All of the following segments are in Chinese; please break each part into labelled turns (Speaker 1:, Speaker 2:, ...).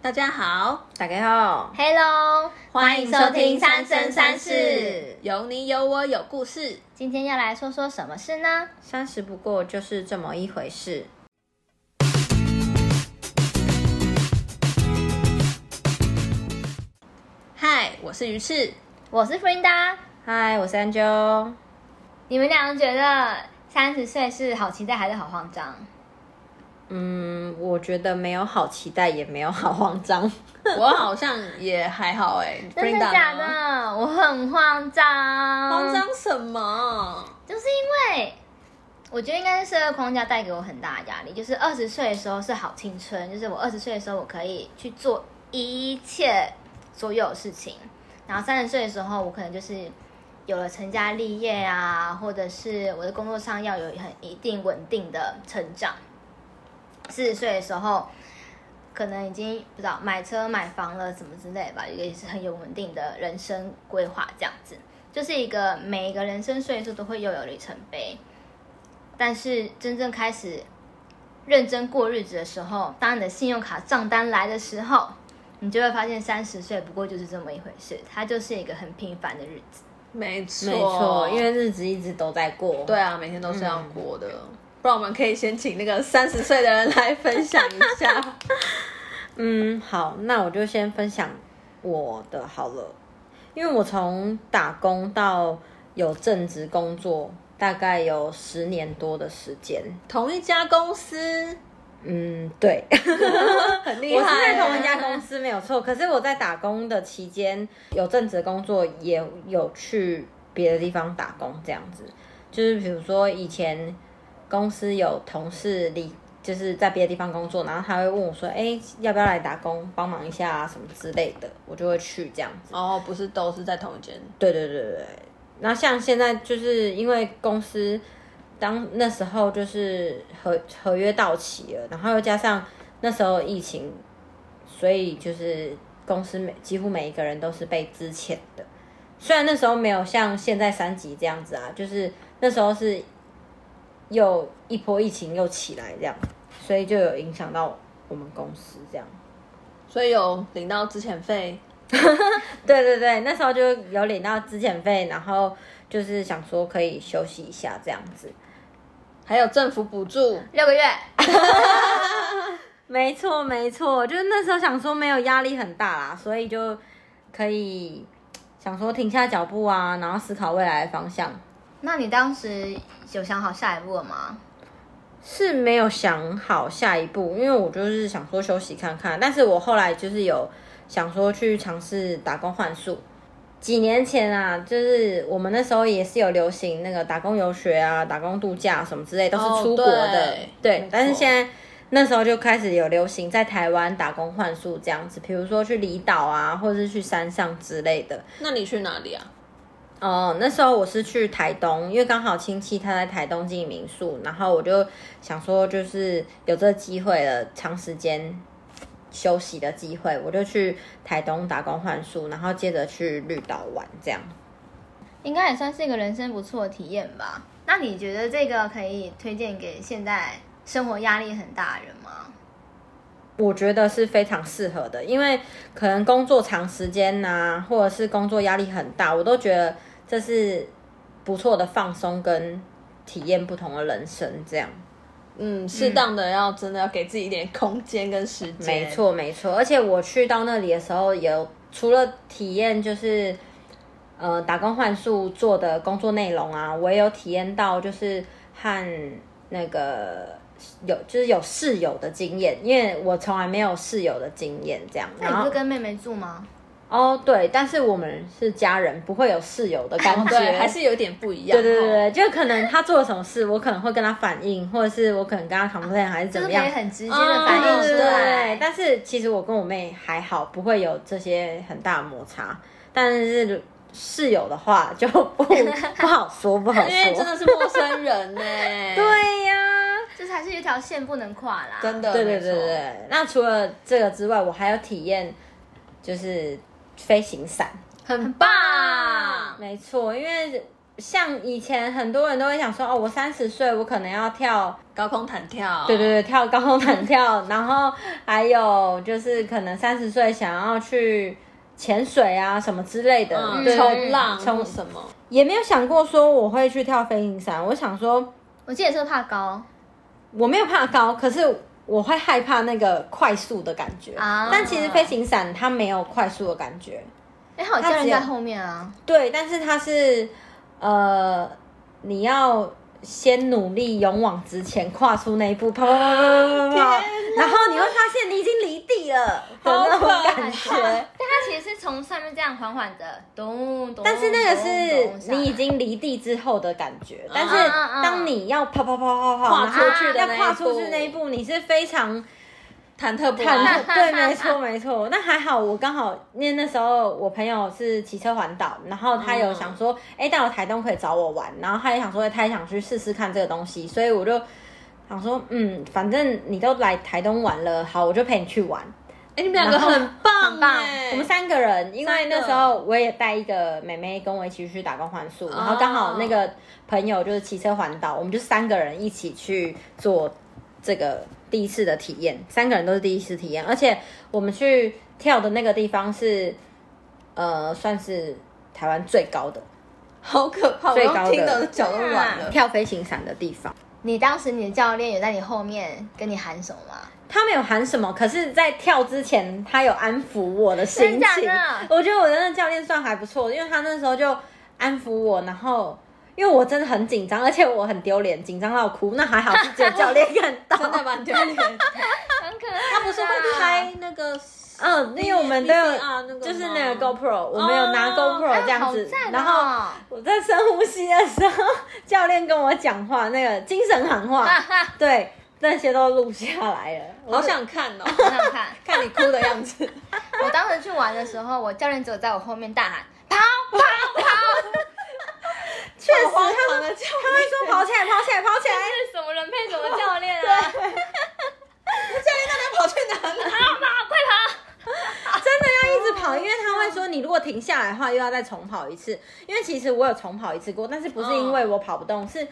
Speaker 1: 大家好，
Speaker 2: 大家好，
Speaker 3: Hello，
Speaker 1: 欢
Speaker 3: 迎收听三生三世
Speaker 1: 有你有我有故事。
Speaker 3: 今天要来说说什么事呢？
Speaker 2: 三十不过就是这么一回事。
Speaker 1: 嗨，我是鱼翅，
Speaker 3: 我是 Frida，
Speaker 2: 嗨，我是 Angel，
Speaker 3: 你们两个觉得三十岁是好期待还是好慌张？
Speaker 2: 嗯，我觉得没有好期待，也没有好慌张。
Speaker 1: 我好像也还好哎、欸，
Speaker 3: 真的
Speaker 1: Brenda
Speaker 3: 假
Speaker 1: 呢？
Speaker 3: 的？我很慌张，
Speaker 1: 慌张什么？
Speaker 3: 就是因为我觉得应该是社会框架带给我很大的压力。就是二十岁的时候是好青春，就是我二十岁的时候我可以去做一切所有事情，然后三十岁的时候我可能就是有了成家立业啊，或者是我的工作上要有很一定稳定的成长。四十岁的时候。可能已经不知道买车买房了什么之类吧，也是很有稳定的人生规划这样子。就是一个每一个人生岁数都会又有里程碑，但是真正开始认真过日子的时候，当你的信用卡账单来的时候，你就会发现三十岁不过就是这么一回事，它就是一个很平凡的日子。
Speaker 1: 没错，
Speaker 2: 没错，因为日子一直都在过。
Speaker 1: 对啊，每天都是要过的。嗯不然我们可以先请那个三十岁的人来分享一 下。
Speaker 2: 嗯，好，那我就先分享我的好了，因为我从打工到有正职工作，大概有十年多的时间。
Speaker 1: 同一家公司
Speaker 2: 嗯，对，
Speaker 1: 很厉
Speaker 2: 我
Speaker 1: 害、
Speaker 2: 是在同一家公司没有错，可是我在打工的期间有正职工作，也有去别的地方打工，这样子，就是比如说以前公司有同事离。就是在别的地方工作，然后他会问我说：“哎、要不要来打工，帮忙一下、啊、什么之类的？”我就会去这样子。
Speaker 1: 哦，不是都是在同一间。
Speaker 2: 对对对对对。那像现在就是因为公司当那时候就是合合约到期了，然后又加上那时候疫情，所以就是公司每几乎每一个人都是被资遣的。虽然那时候没有像现在三级这样子啊，就是那时候是又一波疫情又起来这样，所以就有影响到我们公司这样。
Speaker 1: 所以有领到之前费，
Speaker 2: 对对对，那时候就有领到资遣费，然后就是想说可以休息一下这样子。
Speaker 1: 还有政府补助，
Speaker 3: 六个月，
Speaker 2: 没错没错，就是那时候想说没有压力很大啦，所以就可以想说停下脚步啊，然后思考未来的方向。
Speaker 3: 那你当时有想好下一步了吗？
Speaker 2: 是没有想好下一步，因为我就是想说休息看看，但是我后来就是有想说去尝试打工换宿。几年前啊，就是我们那时候也是有流行那个打工游学啊、打工度假什么之类，都
Speaker 1: 哦
Speaker 2: 是出国的。
Speaker 1: 对
Speaker 2: 对
Speaker 1: 没错，
Speaker 2: 但是现在那时候就开始有流行在台湾打工换宿这样子，比如说去离岛啊，或者是去山上之类的。
Speaker 1: 那你去哪里啊？
Speaker 2: 哦，那时候我是去台东，因为刚好亲戚他在台东经营民宿，然后我就想说，就是有这个机会了，长时间休息的机会，我就去台东打工换宿，然后接着去绿岛玩，这样。
Speaker 3: 应该也算是一个人生不错的体验吧。那你觉得这个可以推荐给现在生活压力很大的人吗？
Speaker 2: 我觉得是非常适合的，因为可能工作长时间呐、或者是工作压力很大，我都觉得这是不错的放松跟体验不同的人生，这样。
Speaker 1: 嗯，适当的要真的要给自己一点空间跟时间。
Speaker 2: 没错，没错。而且我去到那里的时候有，除了体验就是呃打工换宿做的工作内容啊，我也有体验到就是和那个有就是有室友的经验，因为我从来没有室友的经验这样。
Speaker 3: 那
Speaker 2: 然
Speaker 3: 哎你
Speaker 2: 后
Speaker 3: 不是跟妹妹住吗？
Speaker 2: 哦，对，但是我们是家人，不会有室友的感
Speaker 1: 哦
Speaker 2: 觉，
Speaker 1: 对，还是有点不一样。
Speaker 2: 对对对
Speaker 1: 哦，
Speaker 2: 对，就可能他做了什么事，我可能会跟他反应，或者是我可能跟他 complain 还是
Speaker 3: 就
Speaker 2: 怎
Speaker 3: 是
Speaker 2: 么
Speaker 3: 可
Speaker 2: 样
Speaker 3: 以。很直接的反
Speaker 1: 哦
Speaker 3: 应出
Speaker 2: 对
Speaker 3: 来。
Speaker 2: 但是其实我跟我妹还好，不会有这些很大的摩擦。但是室友的话就不不好说，不好
Speaker 1: 因为真
Speaker 2: 说。
Speaker 1: 的是陌生人 呢、
Speaker 2: 对呀、
Speaker 3: 就是还是有一条线不能跨啦。
Speaker 1: 真的，
Speaker 2: 对对对
Speaker 1: 没错
Speaker 2: 对。对。那除了这个之外，我还有体验就是飞行伞。
Speaker 1: 很
Speaker 3: 棒
Speaker 2: 没错，因为像以前很多人都会想说，哦，我三十岁，我可能要跳，
Speaker 1: 高空弹跳，
Speaker 2: 对对，对，跳 高空弹跳，然后还有就是可能三十岁想要去潜水啊什么之类的，
Speaker 1: 嗯，
Speaker 2: 对
Speaker 1: 冲浪，
Speaker 2: 冲
Speaker 1: 冲什么？
Speaker 2: 也没有想过说我会去跳飞行伞。我想说
Speaker 3: 我记得是怕高，
Speaker 2: 我没有怕高，可是我会害怕那个快速的感觉。
Speaker 3: 啊
Speaker 2: 但其实飞行伞它没有快速的感觉，
Speaker 3: 因为哎还有
Speaker 2: 它
Speaker 3: 家人
Speaker 2: 只有
Speaker 3: 在后面啊。
Speaker 2: 对，但是它是呃，你要先努力勇往直前，跨出那一步，啪啪啪啪啪啪啪，然后你会发现你已经离地了的那种感觉。
Speaker 3: 但它其实是从上面这样缓缓的咚咚，
Speaker 2: 但是那个
Speaker 1: 哦
Speaker 3: 咚
Speaker 2: 是你已，经离地之后的感觉，
Speaker 1: 嗯
Speaker 2: 但是当你要啪啪啪啪啪
Speaker 1: 跨
Speaker 2: 然
Speaker 1: 出
Speaker 2: 后
Speaker 1: 去的
Speaker 2: 要
Speaker 1: 那
Speaker 2: 跨
Speaker 1: 一
Speaker 2: 出去
Speaker 1: 步
Speaker 2: 那一步，你是非常
Speaker 1: 忐忑不
Speaker 2: 忐
Speaker 1: 安，
Speaker 2: 忑，对， 没错没错。那还好，我刚好因为那时候我朋友是骑车环岛，然后他有想说，哎、到了台东可以找我玩，然后他也想说，他也想去试试看这个东西，所以我就想说，嗯，反正你都来台东玩了，好，我就陪你去玩。
Speaker 1: 哎，你们两个很棒，
Speaker 3: 很棒
Speaker 1: 哎
Speaker 2: 我们三个人，因为
Speaker 1: 三个
Speaker 2: 那时候我也带一个妹妹跟我一起去打工换宿，然后刚好
Speaker 1: 哦
Speaker 2: 那个朋友就是骑车环岛，我们就三个人一起去做这个第一次的体验，三个人都是第一次体验，而且我们去跳的那个地方是，呃，算是台湾最高的
Speaker 1: 好可怕，我
Speaker 2: 最
Speaker 1: 用
Speaker 2: 高的
Speaker 1: 听的脚都软了。
Speaker 2: 跳飞行伞的地方。
Speaker 3: 你当时你的教练有在你后面跟你喊什么吗？
Speaker 2: 他没有喊什么，可是，在跳之前，他有安抚我的心
Speaker 3: 真的假
Speaker 2: 情
Speaker 3: 的。
Speaker 2: 我觉得我的那教练算还不错，因为他那时候就安抚我，然后因为我真的很紧张，而且我很丢脸，紧张到哭。那还好是只有教练看到，
Speaker 1: 真的蛮丢脸的，
Speaker 3: 很可爱，他
Speaker 1: 不是会拍那个，
Speaker 2: 嗯，因为我们都有
Speaker 1: VCR 啊那个吗哦
Speaker 2: 就是那个 GoPro，我们有拿 GoPro 这样子，
Speaker 3: 哦
Speaker 2: 然 后。我在深呼吸的时候，教练跟我讲话，那个精神喊话，对，那些都录下来了。
Speaker 1: 啊好想看哦，
Speaker 3: 很好看。
Speaker 1: 看你哭的样子。
Speaker 3: 我当时去玩的时候，我教练只有在我后面大喊跑，
Speaker 2: 确实，
Speaker 1: 荒
Speaker 2: 他
Speaker 1: 唐
Speaker 2: 们
Speaker 1: 的教
Speaker 2: 他会说跑起来，跑起来，跑起来。
Speaker 3: 是什么人配什么教练啊？
Speaker 1: 跑去哪里？
Speaker 2: 真的要一直跑，因为他会说你如果停下来的话，又要再重跑一次。因为其实我有重跑一次过，但是不是因为我跑不动，是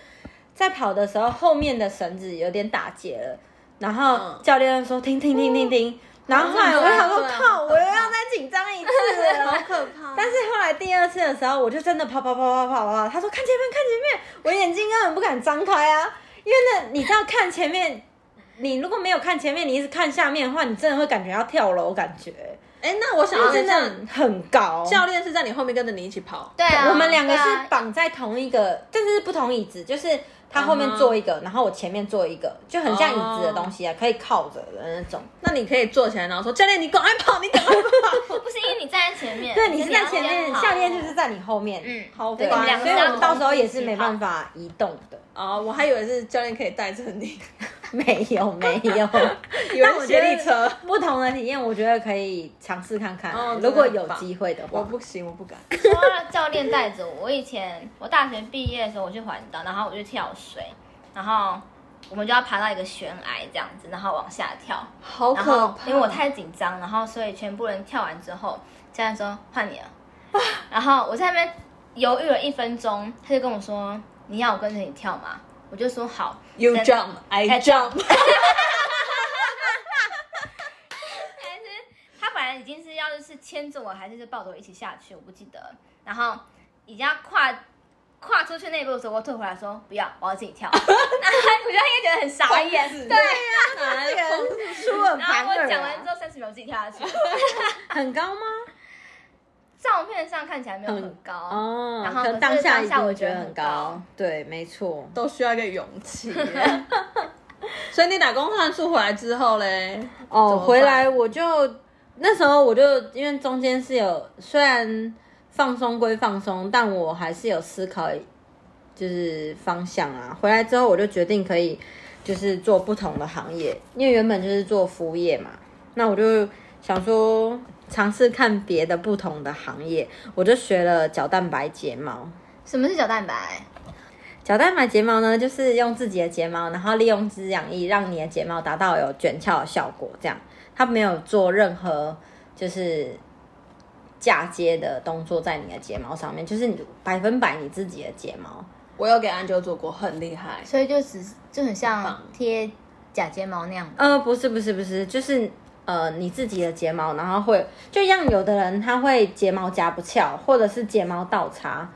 Speaker 2: 在跑的时候后面的绳子有点打结了，然后
Speaker 1: 嗯
Speaker 2: 教练就说停停停停停，然后后来我想说
Speaker 1: 对啊
Speaker 2: 靠，
Speaker 1: 好可怕
Speaker 2: 我又要再紧张一次了。
Speaker 1: 可怕
Speaker 2: 但
Speaker 1: 但
Speaker 2: 是
Speaker 1: 是
Speaker 2: 后来第二次的时候，我就真的跑跑跑跑跑跑，他说看前面看前面，我眼睛根本不敢张开啊，因为那你知道看前面，你如果没有看前面，你一直看下面的话，你真的会感觉要跳楼，感觉
Speaker 1: 哎、那嗯我想要
Speaker 2: 真
Speaker 1: 真
Speaker 2: 的
Speaker 1: 的
Speaker 2: 很高。
Speaker 1: 教练是在你后面跟着你一起跑，
Speaker 3: 对啊，
Speaker 2: 我们两个
Speaker 3: 对
Speaker 2: 是
Speaker 3: 啊
Speaker 2: 绑在同一个，但是是不同椅子，就是他后面坐一个，然后我前面坐一个，就很像椅子的东西啊，可以靠着的那种。
Speaker 1: 那你可以坐起来，然后说教练你赶快跑，你赶快跑。
Speaker 3: 不是因为你站在前面，
Speaker 2: 对，你是在前面，
Speaker 3: 你
Speaker 2: 教练就是在你后面，
Speaker 3: 嗯
Speaker 2: 好
Speaker 1: 对
Speaker 2: 吧
Speaker 1: 你们两个
Speaker 2: 所以
Speaker 1: 是
Speaker 2: 我
Speaker 1: 要
Speaker 2: 们到时候也是
Speaker 3: 同时
Speaker 2: 没办法移动的。
Speaker 1: 哦，我还以为是教练可以带着 你，
Speaker 2: 没有没有，
Speaker 1: 以为是接力车。
Speaker 2: 不同的体验，我觉得可以尝试看看啊、
Speaker 1: 哦真的
Speaker 2: 如果有
Speaker 1: 很棒
Speaker 2: 机会的
Speaker 1: 我
Speaker 2: 话，
Speaker 1: 不行，我不敢。
Speaker 3: 说到教练带着我，我以前我大学毕业的时候，我去环岛，然后我就跳水，然后我们就要爬到一个悬崖这样子，然后往下跳，
Speaker 1: 好
Speaker 3: 然后因为我太紧张，然后所以全部人跳完之后，教练说换你了，然后我在那边犹豫了一分钟，他就跟我说你要我跟着你跳吗？我就说好
Speaker 1: You
Speaker 3: 真的
Speaker 1: jump, I jump。
Speaker 3: 但是他本来已经是要就是牵着我，还是就抱着我一起下去，我不记得。然后已经要跨跨出去那一步的时候，我退回来说不要，我要自己跳。然 后我就应该觉得很傻眼，对。
Speaker 1: 哪来 的疯子
Speaker 2: 输很
Speaker 3: 然后
Speaker 2: 盘
Speaker 3: 我
Speaker 2: 尔
Speaker 3: 讲完之
Speaker 2: 啊，
Speaker 3: 后，三十秒自己跳下去。
Speaker 2: 很高吗？
Speaker 3: 照片上看起来没有很高，
Speaker 2: 哦，
Speaker 3: 然后
Speaker 2: 可
Speaker 3: 可
Speaker 2: 能当
Speaker 3: 是
Speaker 2: 下一
Speaker 3: 当下
Speaker 2: 定
Speaker 3: 我
Speaker 2: 会
Speaker 3: 觉
Speaker 2: 觉
Speaker 3: 得
Speaker 2: 得很
Speaker 3: 很高
Speaker 2: 高，对，没错。
Speaker 1: 都需要一个勇气耶。所以你打工换宿回来之后嘞，
Speaker 2: 哦，
Speaker 1: 怎么办
Speaker 2: 回来我就那时候我就因为中间是有虽然放松归放松，但我还是有思考就是方向啊。回来之后我就决定可以就是做不同的行业，因为原本就是做服务业嘛，那我就想说尝试看别的不同的行业，我就学了角蛋白睫毛。
Speaker 3: 什么是角蛋白？
Speaker 2: 角蛋白睫毛呢，就是用自己的睫毛，然后利用滋养液让你的睫毛达到有卷翘的效果，这样它没有做任何就是嫁接的动作在你的睫毛上面，就是你百分百你自己的睫毛。
Speaker 1: 我有给安啾做过，很厉害。
Speaker 3: 所以就只是就很
Speaker 1: 很
Speaker 3: 像
Speaker 1: 棒
Speaker 3: 贴假睫毛那样。
Speaker 2: 呃，不是不是不是，就是呃你自己的睫毛，然后会就像有的人他会睫毛夹不翘，或者是睫毛倒插，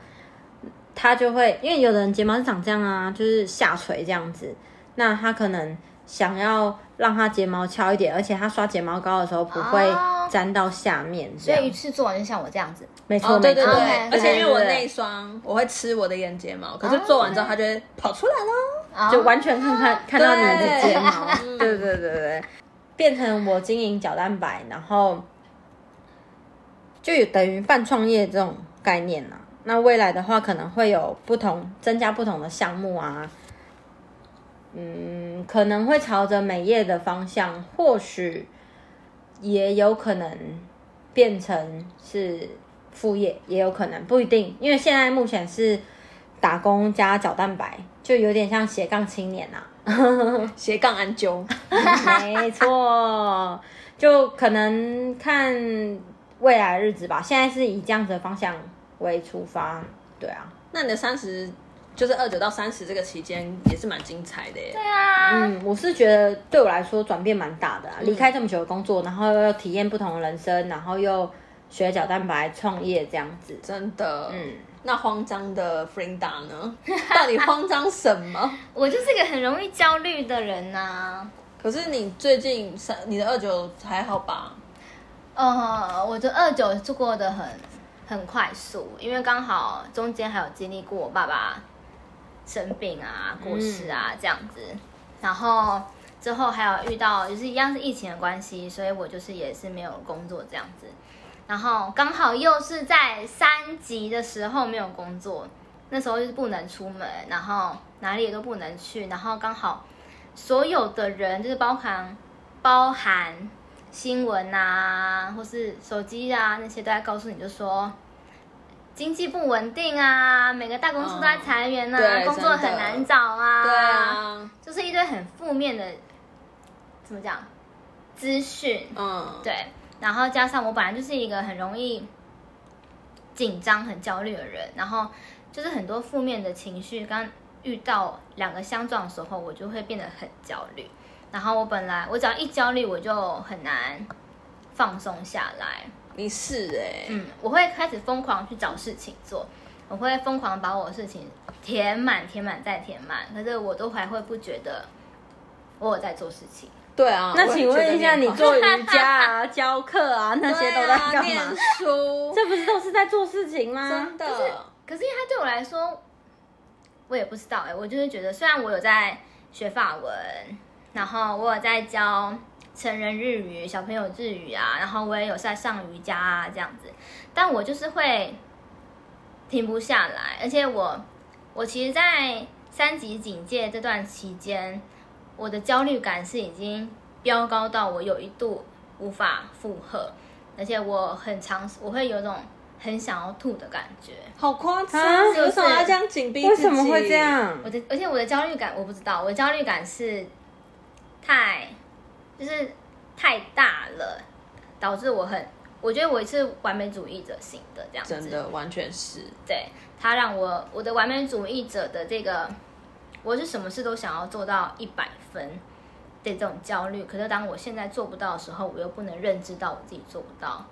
Speaker 2: 他就会因为有的人睫毛是长这样啊，就是下垂这样子，那他可能想要让他睫毛翘一点，而且他刷睫毛膏的时候不会
Speaker 3: 哦
Speaker 2: 粘到下面，
Speaker 3: 所
Speaker 2: 所
Speaker 3: 以一次做完就像我这样子，
Speaker 2: 没错
Speaker 1: 哦，对
Speaker 2: 没错
Speaker 1: 对对，
Speaker 3: OK，OK，
Speaker 1: 而且因为我
Speaker 2: 对对
Speaker 1: 那一双我会吃我的眼睫毛，可是做完之后它就会跑出来喽。
Speaker 3: 啊
Speaker 2: 就完全看看看到你的睫毛，
Speaker 1: 对
Speaker 2: 对对对对对，变成我经营角蛋白，然后就有等于半创业这种概念啦、那未来的话，可能会有不同增加不同的项目啊，嗯，可能会朝着美业的方向，或许也有可能变成是副业，也有可能不一定，因为现在目前是打工加角蛋白，就有点像斜杠青年啊。
Speaker 1: 斜杠安啾，
Speaker 2: 没错，就可能看未来日子吧。现在是以这样子的方向为出发，对啊，
Speaker 1: 那你的三十就是二九到三十这个期间也是蛮精彩的耶。
Speaker 3: 对啊，
Speaker 2: 嗯，我是觉得对我来说转变蛮大的、啊，
Speaker 1: 嗯
Speaker 2: 离开这么久的工作，然后又体验不同的人生，然后又学角蛋白创业这样子，
Speaker 1: 真的，
Speaker 2: 嗯
Speaker 1: 嗯，那慌张的 Frida 呢？到底慌张什么？
Speaker 3: 我就是个很容易焦虑的人啊呐、
Speaker 1: 可是你最近三，你的二九还好吧？
Speaker 3: 呃，我的二九就过得很很快速，因为刚好中间还有经历过我爸爸生病啊、过世啊、这样子，然后之后还有遇到就是一样是疫情的关系，所以我就是也是没有工作这样子，然后刚好又是在三级的时候没有工作，那时候就是不能出门，然后哪里也都不能去，然后刚好所有的人就是包含包含新闻啊，或是手机啊那些都在告诉你，就说经济不稳定啊，每个大公司都在裁员啊，
Speaker 1: 嗯对
Speaker 3: 工作很难找啊，
Speaker 1: 对，啊，
Speaker 3: 就是一堆很负面的，怎么讲资讯，
Speaker 1: 嗯，
Speaker 3: 对，然后加上我本来就是一个很容易紧张、很焦虑的人，然后就是很多负面的情绪，刚遇到两个相撞的时候，我就会变得很焦虑。然后我本来我只要一焦虑，我就很难放松下来。
Speaker 1: 你是哎、
Speaker 3: 嗯，我会开始疯狂去找事情做，我会疯狂把我的事情填满、填满再填满，可是我都还会不觉得我有在做事情。
Speaker 1: 对啊。
Speaker 2: 那请问一下，你
Speaker 1: 做
Speaker 2: 做瑜伽啊、教课啊那些都在干
Speaker 1: 念
Speaker 2: 嘛？
Speaker 1: 书，
Speaker 2: 这不是都是在做事情吗？
Speaker 1: 真的，
Speaker 3: 可是因为它对我来说，我也不知道哎、我就是觉得虽然我有在学法文，然后我有在教成人日语、小朋友日语啊，然后我也有在上瑜伽啊这样子，但我就是会停不下来，而且我我其实，在三级警戒这段期间，我的焦虑感是已经飙高到我有一度无法负荷，而且我很常我会有种很想要吐的感觉。
Speaker 1: 好夸张、
Speaker 2: 啊
Speaker 1: 为什么要这样紧逼自己？哦
Speaker 2: 为什么会这？样？
Speaker 3: 我的，而且我的焦虑感我不知道，我的焦虑感是太就是太大了，导致我很，我觉得我是完美主义者型的这样子，
Speaker 1: 真的完全是，
Speaker 3: 对，它让我我的完美主义者的这个，我是什么事都想要做到一百分的这种焦虑，可是当我现在做不到的时候，我又不能认知到我自己做不到。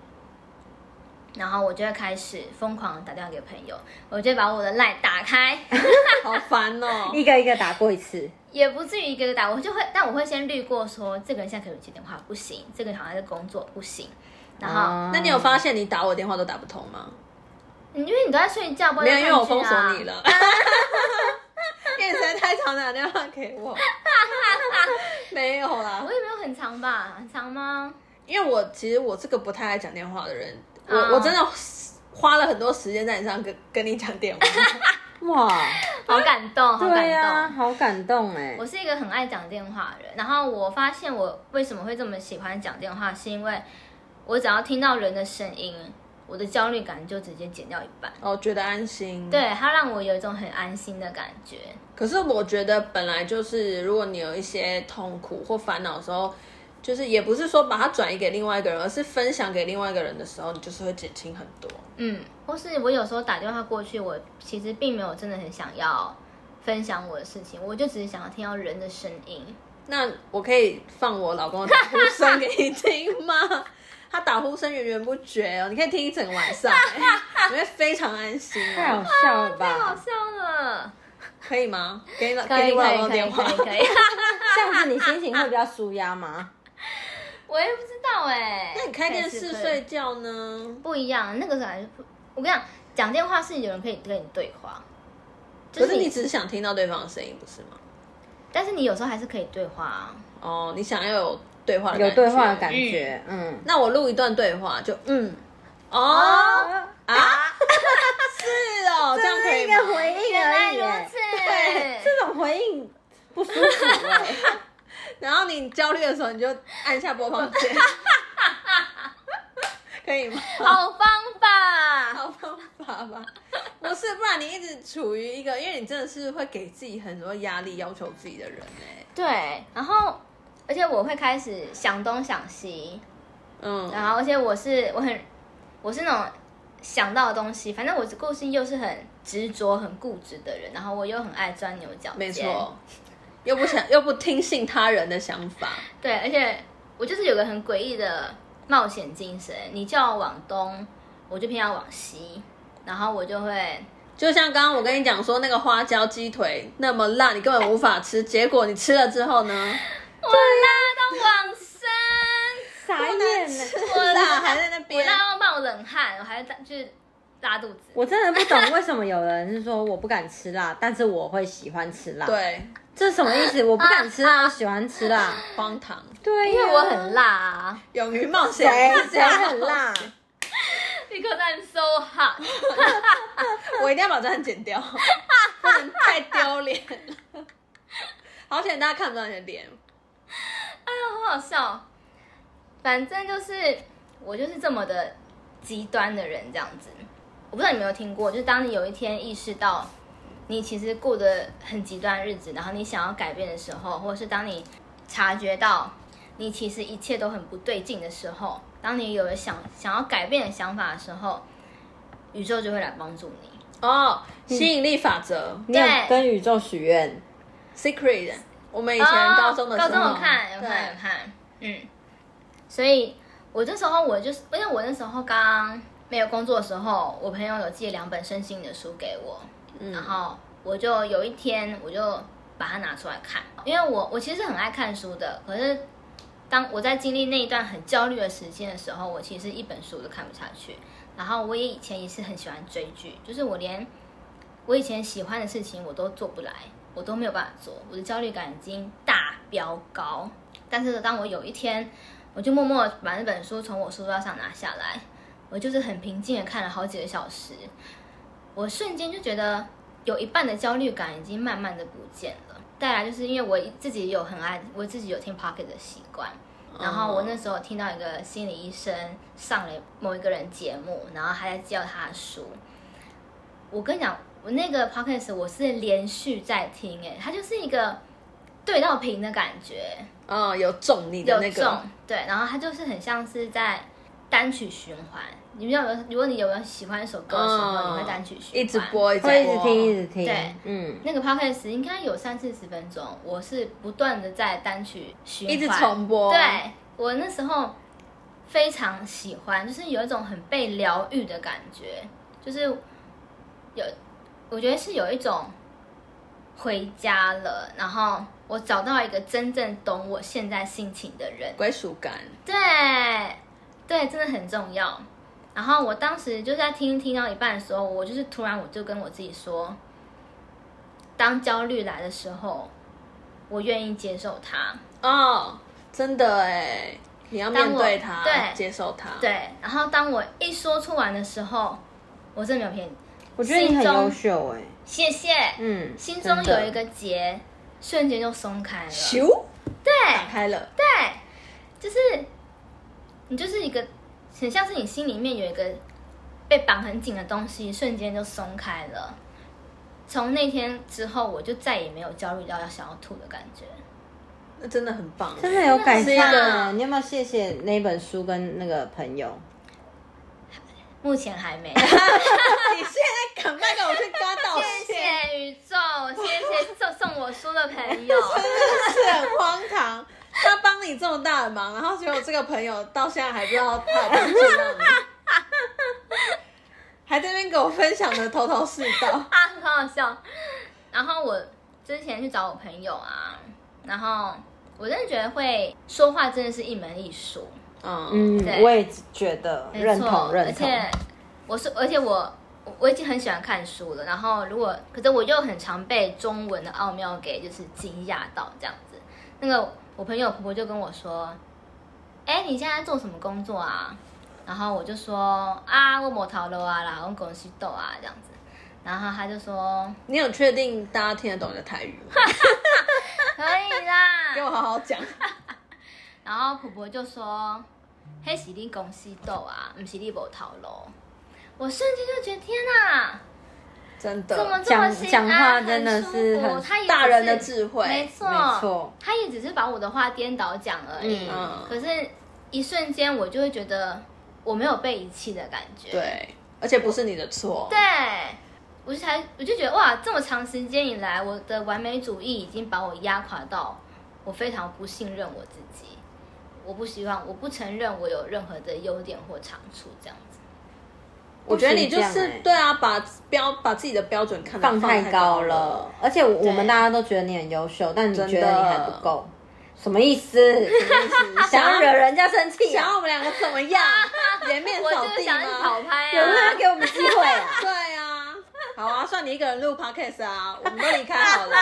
Speaker 3: 然后我就会开始疯狂地打电话给朋友，我就会把我的 line 打开，
Speaker 1: 好烦哦、
Speaker 2: 一个一个打过一次，
Speaker 3: 也不至于一个个打，我就会，但我会先滤过说这个人现在可以接电话不行，这个人好像在工作不行，然后、
Speaker 2: 啊
Speaker 1: 那你有发现你打我电话都打不通吗？
Speaker 3: 因为你都在睡觉，不会
Speaker 1: 没有，
Speaker 3: 在
Speaker 1: 因
Speaker 3: 看
Speaker 1: 为我
Speaker 3: 剧
Speaker 1: 封
Speaker 3: 啊
Speaker 1: 锁你。了。因为你实在太常打电话给我。 没有啦
Speaker 3: 我，也没有很长吧，很长吗？
Speaker 1: 因为我其实我是个不太爱讲电话的人，我、
Speaker 3: 啊
Speaker 1: 我真的花了很多时间在你身上跟跟你讲电话。
Speaker 2: 哇，
Speaker 1: 啊
Speaker 3: 好感动，好感
Speaker 2: 对
Speaker 3: 动。
Speaker 2: 呀、好感动哎、
Speaker 3: 我是一个很爱讲电话的人，然后我发现我为什么会这么喜欢讲电话，是因为我只要听到人的声音，我的焦虑感就直接减掉一半。
Speaker 1: 哦，觉得安心。，
Speaker 3: 对，它让我有一种很安心的感觉。
Speaker 1: 可是我觉得本来就是，如果你有一些痛苦或烦恼的时候，就是也不是说把它转移给另外一个人，而是分享给另外一个人的时候，你就是会减轻很多。
Speaker 3: 嗯，或是我有时候打电话过去，我其实并没有真的很想要分享我的事情，我就只是想要听到人的声音。
Speaker 1: 那我可以放我老公的打呼声给你听吗？ 他打呼声源源不绝哦，你可以听一整个晚上、欸，你会非常安心、哦。
Speaker 2: 太好笑了
Speaker 3: 太好
Speaker 2: 吧？
Speaker 3: 笑了，
Speaker 1: 可以吗？给你
Speaker 3: 可
Speaker 1: 啊给
Speaker 3: 以
Speaker 1: 你我
Speaker 3: 可
Speaker 1: 老
Speaker 3: 以
Speaker 1: 公
Speaker 3: 可以
Speaker 1: 电话
Speaker 3: 可。以可 以，
Speaker 2: 这样子你心情会比较舒压吗？
Speaker 3: 我也不知道哎、
Speaker 1: 那你开电
Speaker 3: 可以
Speaker 1: 视
Speaker 3: 是可以
Speaker 1: 睡觉呢？
Speaker 3: 不一样，那个时候还是不，我跟你讲，讲电话是有人可以跟你对话，就
Speaker 1: 可是你只是想听到对方的声音，不是吗？
Speaker 3: 但是你有时候还是可以对话啊。
Speaker 1: 哦，你想要有对话的感
Speaker 2: 有
Speaker 1: 觉
Speaker 2: 对话的感觉，嗯，
Speaker 1: 那我录一段对话，就嗯，哦啊， 是哦， 这样可以
Speaker 2: 一
Speaker 1: 吗？
Speaker 2: 个回应而已耶，
Speaker 3: 对
Speaker 2: 这种回应不舒服哎。
Speaker 1: 然后你焦虑的时候，你就按下播放键， 可以吗？
Speaker 3: 好方法，
Speaker 1: 好方法吧，不是，不然你一直处于一个，因为你真的是会给自己很多压力，要求自己的人哎、
Speaker 3: 对，然后而且我会开始想东想西，
Speaker 1: 嗯，
Speaker 3: 然后而且我是我很我是那种想到的东西，反正我个性又是很执着、很固执的人，然后我又很爱钻牛角尖，
Speaker 1: 没错，又不想又不听信他人的想法，
Speaker 3: 对，而且我就是有个很诡异的冒险精神，你叫我往东，我就偏要往西，然后我就会
Speaker 1: 就像刚刚我跟你讲说那个花椒鸡腿那么辣，你根本无法吃，结果你吃了之后呢，
Speaker 3: 我拉到往生，
Speaker 2: 傻眼欸呢！
Speaker 1: 我辣还在那
Speaker 3: 我
Speaker 1: 边，
Speaker 3: 拉到冒冷汗，我还在就是拉肚子。
Speaker 2: 我真的不懂为什么有人是说我不敢吃辣，但是我会喜欢吃辣。，
Speaker 1: 对，
Speaker 2: 这是什么意思？我不敢吃辣，我喜欢吃辣。
Speaker 1: 荒唐，
Speaker 2: 对呀，
Speaker 3: 因为我很辣啊
Speaker 1: 勇于冒险，
Speaker 2: 谁谁很辣？
Speaker 3: ，because I'm so hot。
Speaker 1: 我一定要把这段剪掉，不能太丢脸了。好险，大家看不到你的脸。
Speaker 3: 哎呦，好好笑。反正就是我就是这么的极端的人，这样子。我不知道你有没有听过，就是当你有一天意识到你其实过得很极端的日子，然后你想要改变的时候，或者是当你察觉到你其实一切都很不对劲的时候，当你有了想想要改变的想法的时候，宇宙就会来帮助你。
Speaker 1: 哦，吸引力法则、
Speaker 2: 你有
Speaker 3: 对
Speaker 2: 跟宇宙许愿，
Speaker 1: s e c r e t 我们以前高中的时候，
Speaker 3: 哦高中有看有看有
Speaker 1: 对，
Speaker 3: 看，嗯，所以我那时候我就是因为我那时候刚没有工作的时候，我朋友有寄两本身心灵的书给我，
Speaker 1: 嗯
Speaker 3: 然后我就有一天我就把它拿出来看，因为我我其实很爱看书的，可是当我在经历那一段很焦虑的时间的时候，我其实一本书都看不下去。然后我也以前也是很喜欢追剧，就是我连我以前喜欢的事情我都做不来，我都没有办法做，我的焦虑感已经大飙高。但是当我有一天，我就默默地把那本书从我书桌上拿下来，我就是很平静的看了好几个小时，我瞬间就觉得有一半的焦虑感已经慢慢的不见了。再来就是因为我自己有很爱，我自己有听 Pocket 的习惯，然后我那时候听到一个心理医生上了某一个人节目，然后还在教他的书。我跟你讲，我那个 podcast 我是连续在听、欸，哎，它就是一个对到屏的感觉，
Speaker 1: 嗯，有中你的
Speaker 3: 有
Speaker 1: 那
Speaker 3: 重
Speaker 1: 个，
Speaker 3: 对，然后它就是很像是在单曲循环。你们有没有？如果你有没有喜欢一首歌的时候，你会单曲循环，
Speaker 1: 哦嗯一直播，一直播，
Speaker 2: 会一直听一直听。
Speaker 3: 对
Speaker 2: 嗯，
Speaker 3: 那个 podcast 应该有三四十分钟，我是不断的在单曲循环，
Speaker 1: 一直重播
Speaker 3: 对我那时候非常喜欢，就是有一种很被疗愈的感觉，就是有，我觉得是有一种回家了，然后我找到一个真正懂我现在心情的人，
Speaker 1: 归属感。
Speaker 3: 对，对，真的很重要。然后我当时就在听听到一半的时候，我就是突然我就跟我自己说，当焦虑来的时候，我愿意接受它。
Speaker 1: 哦，真的哎，你要面对它，
Speaker 3: 当我对
Speaker 1: 接受它，，
Speaker 3: 对，然后当我一说出完的时候，我真的没有骗你，
Speaker 2: 我觉得你很优秀哎。
Speaker 3: 谢谢。
Speaker 2: 嗯，
Speaker 3: 心中
Speaker 2: 真的
Speaker 3: 有一个结，瞬间就松开了。
Speaker 1: 咻，
Speaker 3: 对，
Speaker 1: 打开了，
Speaker 3: 对，就是你就是一个很像是你心里面有一个被绑很紧的东西，瞬间就松开了。从那天之后，我就再也没有焦虑到要想要吐的感觉。
Speaker 1: 那真的很棒，欸
Speaker 2: 真的有改
Speaker 1: 是一
Speaker 2: 善啊！
Speaker 1: 个
Speaker 2: 你有没有谢谢那本书跟那个朋友？
Speaker 3: 目前还没。
Speaker 1: 你现在赶快给我去跟他 道
Speaker 3: 谢
Speaker 1: 歉，
Speaker 3: 谢宇宙，谢谢送送我书的朋友。
Speaker 1: 真的是很荒唐。他帮你这么大的忙，然后结果这个朋友到现在还不知道他有帮助到你，还在那边给我分享的头头是道。
Speaker 3: 啊，很好笑。然后我之前去找我朋友啊，然后我真的觉得会说话真的是一门艺术，
Speaker 1: 嗯，
Speaker 2: 嗯，
Speaker 3: 对
Speaker 2: 我也觉得
Speaker 3: 没错
Speaker 2: 认同认
Speaker 3: 而
Speaker 2: 同。
Speaker 3: 且我是，而且我我我已经很喜欢看书了。然后如果可是我又很常被中文的奥妙给就是惊讶到这样子。那个我朋友婆婆就跟我说：“哎，你现在做什么工作啊？”然后我就说：“啊，我抹头楼啊啦，我公司豆啊这样子。”然后他就说。
Speaker 1: 你有确定大家听得懂你的台语吗？
Speaker 3: 可 以啦
Speaker 1: 给。我好好讲。
Speaker 3: 然后婆婆就说：“黑喜力公司豆啊，不是你无头路。”我瞬间就觉得天哪，
Speaker 1: 真的，
Speaker 3: 怎么这么
Speaker 2: 讲
Speaker 3: 心安
Speaker 2: 讲话真的是
Speaker 3: 很舒服
Speaker 2: 很
Speaker 3: 他也只是
Speaker 1: 大人的智慧，
Speaker 3: 没错，
Speaker 2: 没错，
Speaker 3: 他也只是把我的话颠倒讲而已。
Speaker 1: 嗯
Speaker 3: 可是，一瞬间我就会觉得我没有被遗弃的感觉。
Speaker 1: 对，而且不是你的错，
Speaker 3: 对，我就才我就觉得哇，这么长时间以来，我的完美主义已经把我压垮到我非常不信任我自己，我不希望，我不承认我有任何的优点或长处，这样子。
Speaker 1: 我觉得你就
Speaker 2: 不行这
Speaker 1: 是
Speaker 2: 样欸
Speaker 1: 对啊，把标把自己的标准看得
Speaker 2: 放太
Speaker 1: 太
Speaker 2: 高
Speaker 1: 了
Speaker 2: 了，，而且我
Speaker 3: 对
Speaker 2: 我们大家都觉得你很优秀，但你
Speaker 1: 真的
Speaker 2: 觉得你还不够，什么意思？ 想
Speaker 1: 想
Speaker 2: 要
Speaker 1: 要
Speaker 2: 惹人家生气
Speaker 1: 想
Speaker 2: 啊？
Speaker 1: 要我们两个怎么 样？颜面
Speaker 3: 我
Speaker 1: 扫
Speaker 3: 就是
Speaker 1: 地
Speaker 3: 想去
Speaker 1: 吗
Speaker 3: 讨？拍
Speaker 2: 有没有
Speaker 3: 啊
Speaker 2: 要！给我们机会啊？
Speaker 1: 对啊，好啊，算你一个人录 podcast 啊，我们都离开 好了。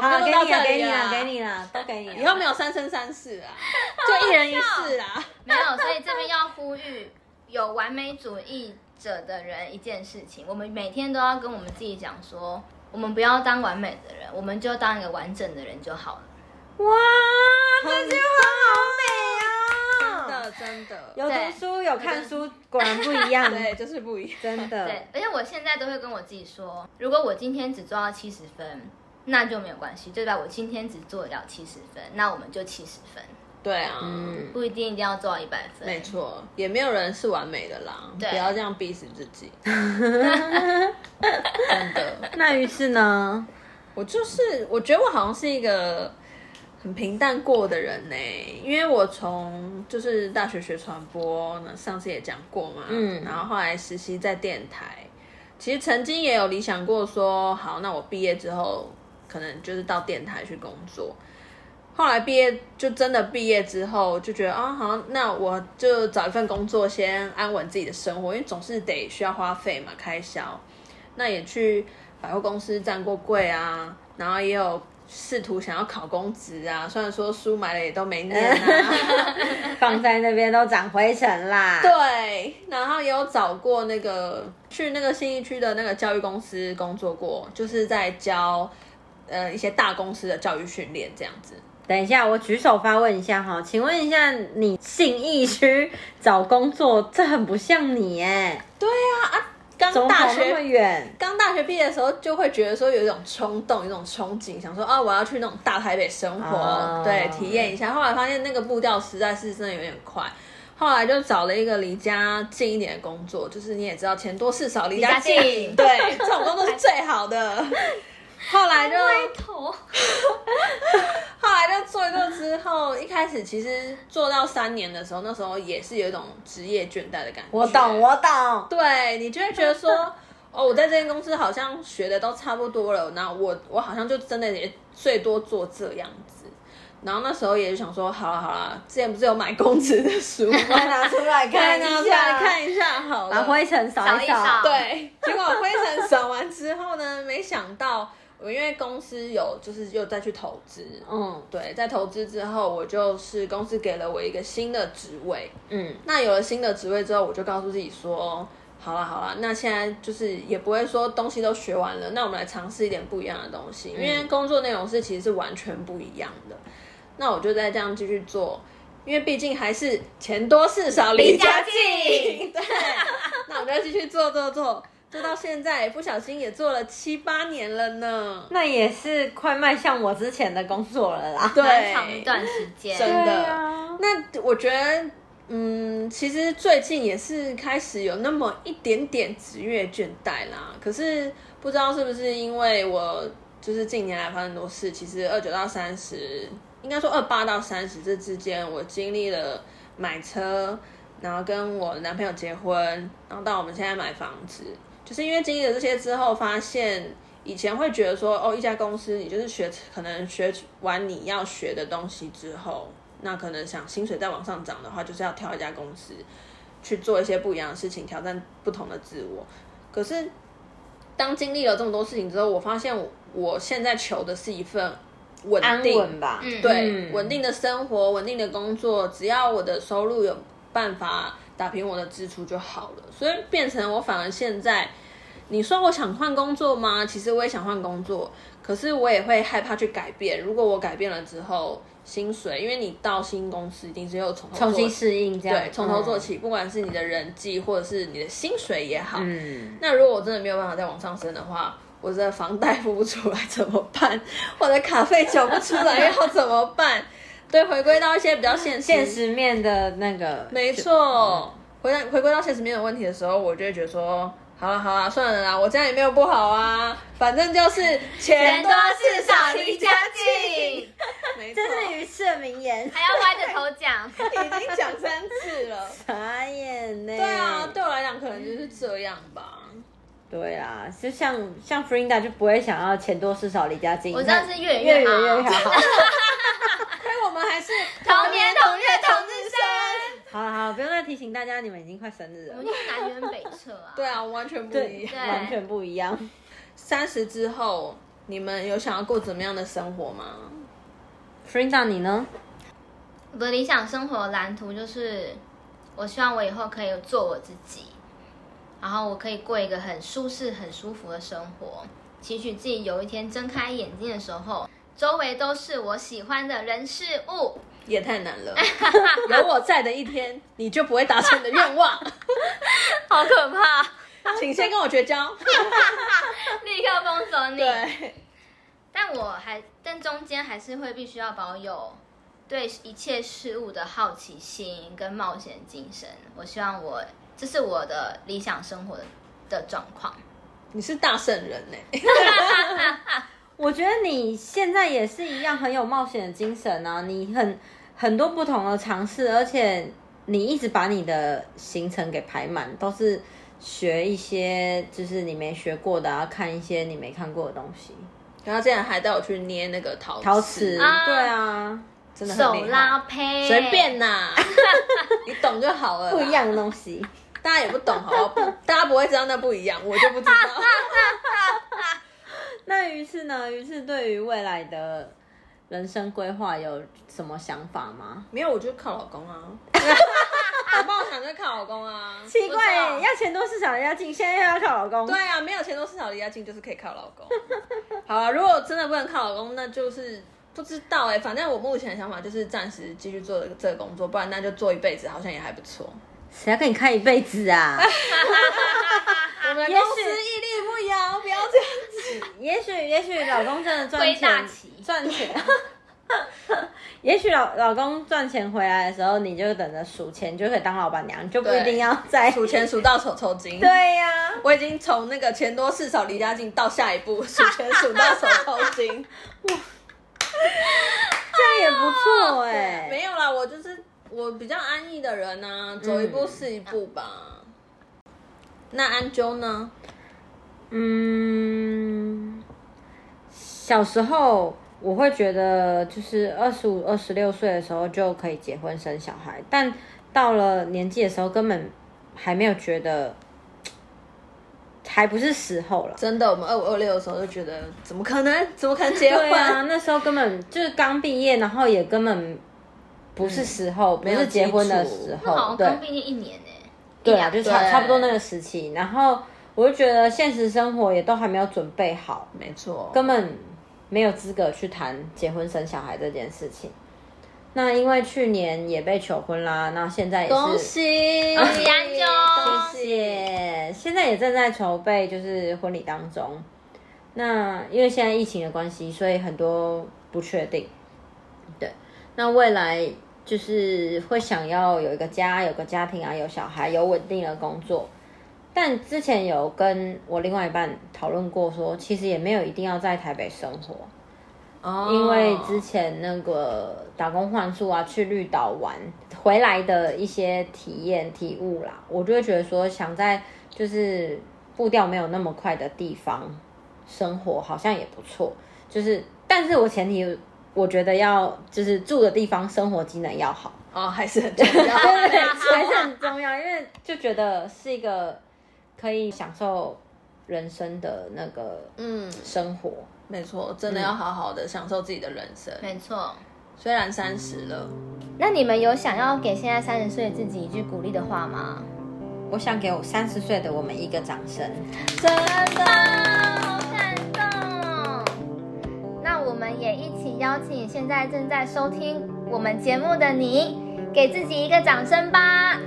Speaker 2: 好，
Speaker 1: 不
Speaker 2: 给
Speaker 1: 录到
Speaker 2: 你了，
Speaker 1: 这
Speaker 2: 给
Speaker 1: 里
Speaker 2: 你了，
Speaker 1: 啊
Speaker 2: 给。你了，都给你了。
Speaker 1: 以后没有三生三世 啊，就一人一世啊啦。
Speaker 3: 没有，所以这边要呼吁有完美主义者的人一件事情，我们每天都要跟我们自己讲说，我们不要当完美的人，我们就当一个完整的人就好了。
Speaker 2: 哇，
Speaker 1: 很
Speaker 2: 这句话好美
Speaker 1: 真
Speaker 2: 啊！
Speaker 1: 的真的，
Speaker 2: 有读书有看书，果然不一样，
Speaker 1: 对，就是不一样。
Speaker 2: 真的
Speaker 3: 对，，而且我现在都会跟我自己说，如果我今天只做到七十分，那就没有关系，对吧？我今天只做得了七十分，那我们就七十分，
Speaker 1: 对啊，
Speaker 2: 嗯，
Speaker 3: 不一定一定要做到一百分。
Speaker 1: 没错，也没有人是完美的啦，
Speaker 3: 对
Speaker 1: 不要这样逼死自 己。真的，
Speaker 2: 那于是呢，
Speaker 1: 我就是我觉得我好像是一个很平淡过的人呢、因为我从就是大学学传播，那上次也讲过嘛，
Speaker 2: 嗯
Speaker 1: 然后后来实习在电台，其实曾经也有理想过说，好，那我毕业之后可能就是到电台去工作。后来毕业就真的毕业之后就觉得啊，好，那我就找一份工作先安稳自己的生活，因为总是得需要花费嘛，开销。那也去百货公司站过柜啊，然后也有试图想要考公职啊，虽然说书买了也都没念啊。
Speaker 2: 放在那边都长灰尘啦。
Speaker 1: 对，然后也有找过那个去那个信义区的那个教育公司工作过，就是在教呃一些大公司的教育训练这样子。
Speaker 2: 等一下，我举手发问一下哈，请问一下，你信义区找工作，这很不像你哎，
Speaker 1: 对啊，啊，刚
Speaker 2: 怎么
Speaker 1: 大
Speaker 2: 跑那么
Speaker 1: 学。
Speaker 2: 远？
Speaker 1: 刚大学毕业的时候，就会觉得说有一种冲动，有一种憧憬，想说啊，我要去那种大台北生活，
Speaker 2: 哦
Speaker 1: 对，体验一下。后来发现那个步调实在是真的有点快，后来就找了一个离家近一点的工作，就是你也知道，钱多事少，离家近，
Speaker 3: 离家近
Speaker 1: 对，这种工作是最好的。后来就
Speaker 3: 头，
Speaker 1: 后来就做一做之后，一开始其实做到三年的时候，那时候也是有一种职业倦怠的感觉。
Speaker 2: 我懂，我懂。
Speaker 1: 对你就会觉 得说，哦，我在这间公司好像学的都差不多了，那我我好像就真的也最多做这样子。然后那时候也就想说，好了好了，之前不是有买公职的书吗？
Speaker 2: 快拿出 来看
Speaker 1: 看
Speaker 2: 一
Speaker 1: 拿
Speaker 2: 下，
Speaker 1: 出来看一下好了。
Speaker 2: 把灰尘扫
Speaker 3: 扫一
Speaker 2: 扫。
Speaker 3: 扫
Speaker 1: 对，结果灰尘扫完之后呢，没想到我因为公司有就是又再去投资，
Speaker 2: 嗯
Speaker 1: 对，在投资之后，我就是公司给了我一个新的职位。
Speaker 2: 嗯，
Speaker 1: 那有了新的职位之后，我就告诉自己说，好了好了，那现在就是也不会说东西都学完了，那我们来尝试一点不一样的东西，因为工作内容是其实是完全不一样的。那我就再这样继续做，因为毕竟还是钱多事少离家近。
Speaker 3: 离家近
Speaker 1: 对，那我就继续做做做，做到现在，不小心也做了七八年了呢。
Speaker 2: 那也是快迈向我之前的工作了啦。
Speaker 1: 对
Speaker 3: 蛮长一段时间，
Speaker 1: 真的
Speaker 2: 对啊
Speaker 1: 那我觉得，嗯，其实最近也是开始有那么一点点职业倦怠啦。可是不知道是不是因为我就是近年来发生很多事，其实二九到三十，应该说二八到三十这之间，我经历了买车，然后跟我男朋友结婚，然后到我们现在买房子，就是因为经历了这些之后，发现以前会觉得说，哦，一家公司你就是学可能学完你要学的东西之后，那可能想薪水再往上涨的话，就是要挑一家公司去做一些不一样的事情，挑战不同的自我。可是当经历了这么多事情之后，我发现我我现在求的是一份稳
Speaker 2: 安
Speaker 1: 定
Speaker 2: 稳吧，
Speaker 3: 嗯
Speaker 1: 对，
Speaker 2: 嗯
Speaker 1: 稳定的生活，稳定的工作，只要我的收入有办法打平我的支出就好了。所以变成我反而现在，你说我想换工作吗？其实我也想换工作，可是我也会害怕去改变。如果我改变了之后，薪水，因为你到新公司一定是又从头
Speaker 2: 重
Speaker 1: 做
Speaker 2: 新
Speaker 1: 起
Speaker 2: 适应这样，
Speaker 1: 对，从头做起，不管是你的人际或者是你的薪水也好，
Speaker 2: 嗯。
Speaker 1: 那如果我真的没有办法再往上升的话，我的房贷付不出来怎么办？我的卡费缴不出来要怎么办？对，回归到一些比较现实，
Speaker 2: 现实面的那个，
Speaker 1: 没错。回来回归到现实面的问题的时候，我就会觉得说，好了好了，算了啦，我这样也没有不好啊，反正就是钱
Speaker 3: 钱
Speaker 1: 多
Speaker 3: 多
Speaker 1: 事
Speaker 3: 事
Speaker 1: 少
Speaker 3: 少
Speaker 1: 离
Speaker 3: 离
Speaker 1: 家
Speaker 3: 家
Speaker 1: 近
Speaker 3: 近，
Speaker 1: 没错
Speaker 2: 这，是鱼翅的名言，
Speaker 3: 还要歪着头讲。
Speaker 1: 已经讲三次了。
Speaker 2: 傻眼呢。
Speaker 1: 对啊，对我来讲可能就是这样吧。
Speaker 2: 对啊，就像像 Frida 就不会想要钱多事少离家近，
Speaker 3: 我知道是越
Speaker 2: 越
Speaker 3: 远
Speaker 2: 远越
Speaker 3: 好，
Speaker 2: 好。
Speaker 1: 亏我们还是
Speaker 3: 同年同月同日生，
Speaker 2: 好了好了，不用再提醒大家，你们已经快生日
Speaker 3: 我
Speaker 2: 了
Speaker 3: 们，就是南辕北辙啊。
Speaker 1: 对，啊，完全不一
Speaker 2: 对，
Speaker 1: 样。
Speaker 2: 完全不一样。
Speaker 1: 三十之后，你们有想要过怎么样的生活吗？
Speaker 2: Frida 你呢？
Speaker 3: 我的理想生活蓝图就是，我希望我以后可以做我自己，然后我可以过一个很舒适、很舒服的生活。期许自己有一天睁开眼睛的时候，周围都是我喜欢的人事物。
Speaker 1: 也太难了，有我在的一天，你就不会达成你的愿望。
Speaker 3: 好可怕！
Speaker 1: 请先跟我绝交。
Speaker 3: 立刻封锁你。
Speaker 1: 对，
Speaker 3: 但我还，但中间还是会必须要保有对一切事物的好奇心跟冒险精神。我希望我，这是我的理想生活的的状况。
Speaker 1: 你是大圣人欸呢、
Speaker 2: 我觉得你现在也是一样很有冒险的精神啊，你很很多不同的尝试，而且你一直把你的行程给排满，都是学一些就是你没学过的啊，看一些你没看过的东西。
Speaker 1: 然后之前还带我去捏那个陶
Speaker 2: 陶瓷，
Speaker 3: 啊
Speaker 2: 对啊，
Speaker 1: 真的很
Speaker 3: 手
Speaker 1: 厉害
Speaker 3: 拉胚，
Speaker 1: 随便啦，你懂就好了。
Speaker 2: 不一，样的东西。
Speaker 1: 大家也不懂，好不好？不大家不会知道那不一样，我就不知道。
Speaker 2: 那于是呢，于是对于未来的人生规划有什么想法吗？
Speaker 1: 没有，我就靠老公啊。我帮我想着靠老公啊。
Speaker 2: 奇怪、
Speaker 3: 不知道
Speaker 2: 要钱多事少人家进，现在又要靠老公。
Speaker 1: 对啊，没有钱多事少离家近，就是可以靠老公。 好啊，如果真的不能靠老公，那就是不知道哎、反正我目前的想法就是暂时继续做这个工作，不然那就做一辈子，好像也还不错。
Speaker 2: 谁要跟你看一辈子啊？
Speaker 1: 我们
Speaker 2: 也
Speaker 1: 公
Speaker 2: 许
Speaker 1: 司屹立不摇，不要这样子。
Speaker 2: 也许，也许老公真的赚
Speaker 3: 归 大
Speaker 2: 钱
Speaker 3: 旗，
Speaker 2: 赚钱。 也许老老公赚钱回来的时候，你就等着数钱，就可以当老板娘，就不
Speaker 1: 对
Speaker 2: 一定要再
Speaker 1: 数。钱数到手抽筋。
Speaker 2: 对呀、
Speaker 1: 我已经从那个钱多事少离家近到下一 步数钱数到手抽筋。
Speaker 2: 这样也不错哎、
Speaker 1: 没有啦，我就是我比较安逸的人呐、走一步是一步吧。那安啾呢？
Speaker 2: 嗯，小时候我会觉得，就是二十五、二十六岁的时候就可以结婚生小孩，但到了年纪的时候，根本还没有觉得，还不是时候了。
Speaker 1: 真的，我们二五二六的时候就觉得，怎么可能？怎么可能结婚？
Speaker 2: 对啊，那时候根本就是刚毕业，然后也根本不是时候，不
Speaker 1: 没有
Speaker 2: 是结婚的
Speaker 1: 基础
Speaker 2: 时
Speaker 3: 那好
Speaker 2: 候，
Speaker 3: 像
Speaker 2: 对
Speaker 3: 刚毕业啊一年呢、
Speaker 2: 对啊，就差
Speaker 1: 对
Speaker 2: 差不 多那个时期。然后我就觉得现实生活也都还没有准备好，
Speaker 1: 没错，
Speaker 2: 根本没有资格去谈结婚生小孩这件事情。那因为去年也被求婚啦，那现在也是
Speaker 1: 恭喜
Speaker 3: 恭喜安啾
Speaker 1: 恭
Speaker 2: 谢
Speaker 1: 喜！
Speaker 2: 谢。现在也正在筹备就是婚礼当中。那因为现在疫情的关系，所以很多不确定。对，那未来就是会想要有一个家，有个家庭啊，有小孩，有稳定的工作。但之前有跟我另外一半讨论过说其实也没有一定要在台北生活，
Speaker 1: 哦
Speaker 2: 因为之前那个打工换宿啊，去绿岛玩回来的一些体验体悟啦，我就会觉得说，想在就是步调没有那么快的地方生活，好像也不错。就是，但是我前提我觉得要就是住的地方生活机能要好，
Speaker 1: 哦还是很重要。
Speaker 2: 对对，还是很重要，因为就觉得是一个可以享受人生的那个
Speaker 1: 嗯，
Speaker 2: 生活。
Speaker 1: 没错，真的要好好的享受自己的人生。
Speaker 3: 没错。
Speaker 1: 虽然三十了，
Speaker 3: 那你们有想要给现在三十岁的自己一句鼓励的话吗？
Speaker 2: 我想给我三十岁的我们一个掌声。
Speaker 1: 真的
Speaker 3: 好感动！那我们也一起邀请现在正在收听我们节目的你，给自己一个掌声吧！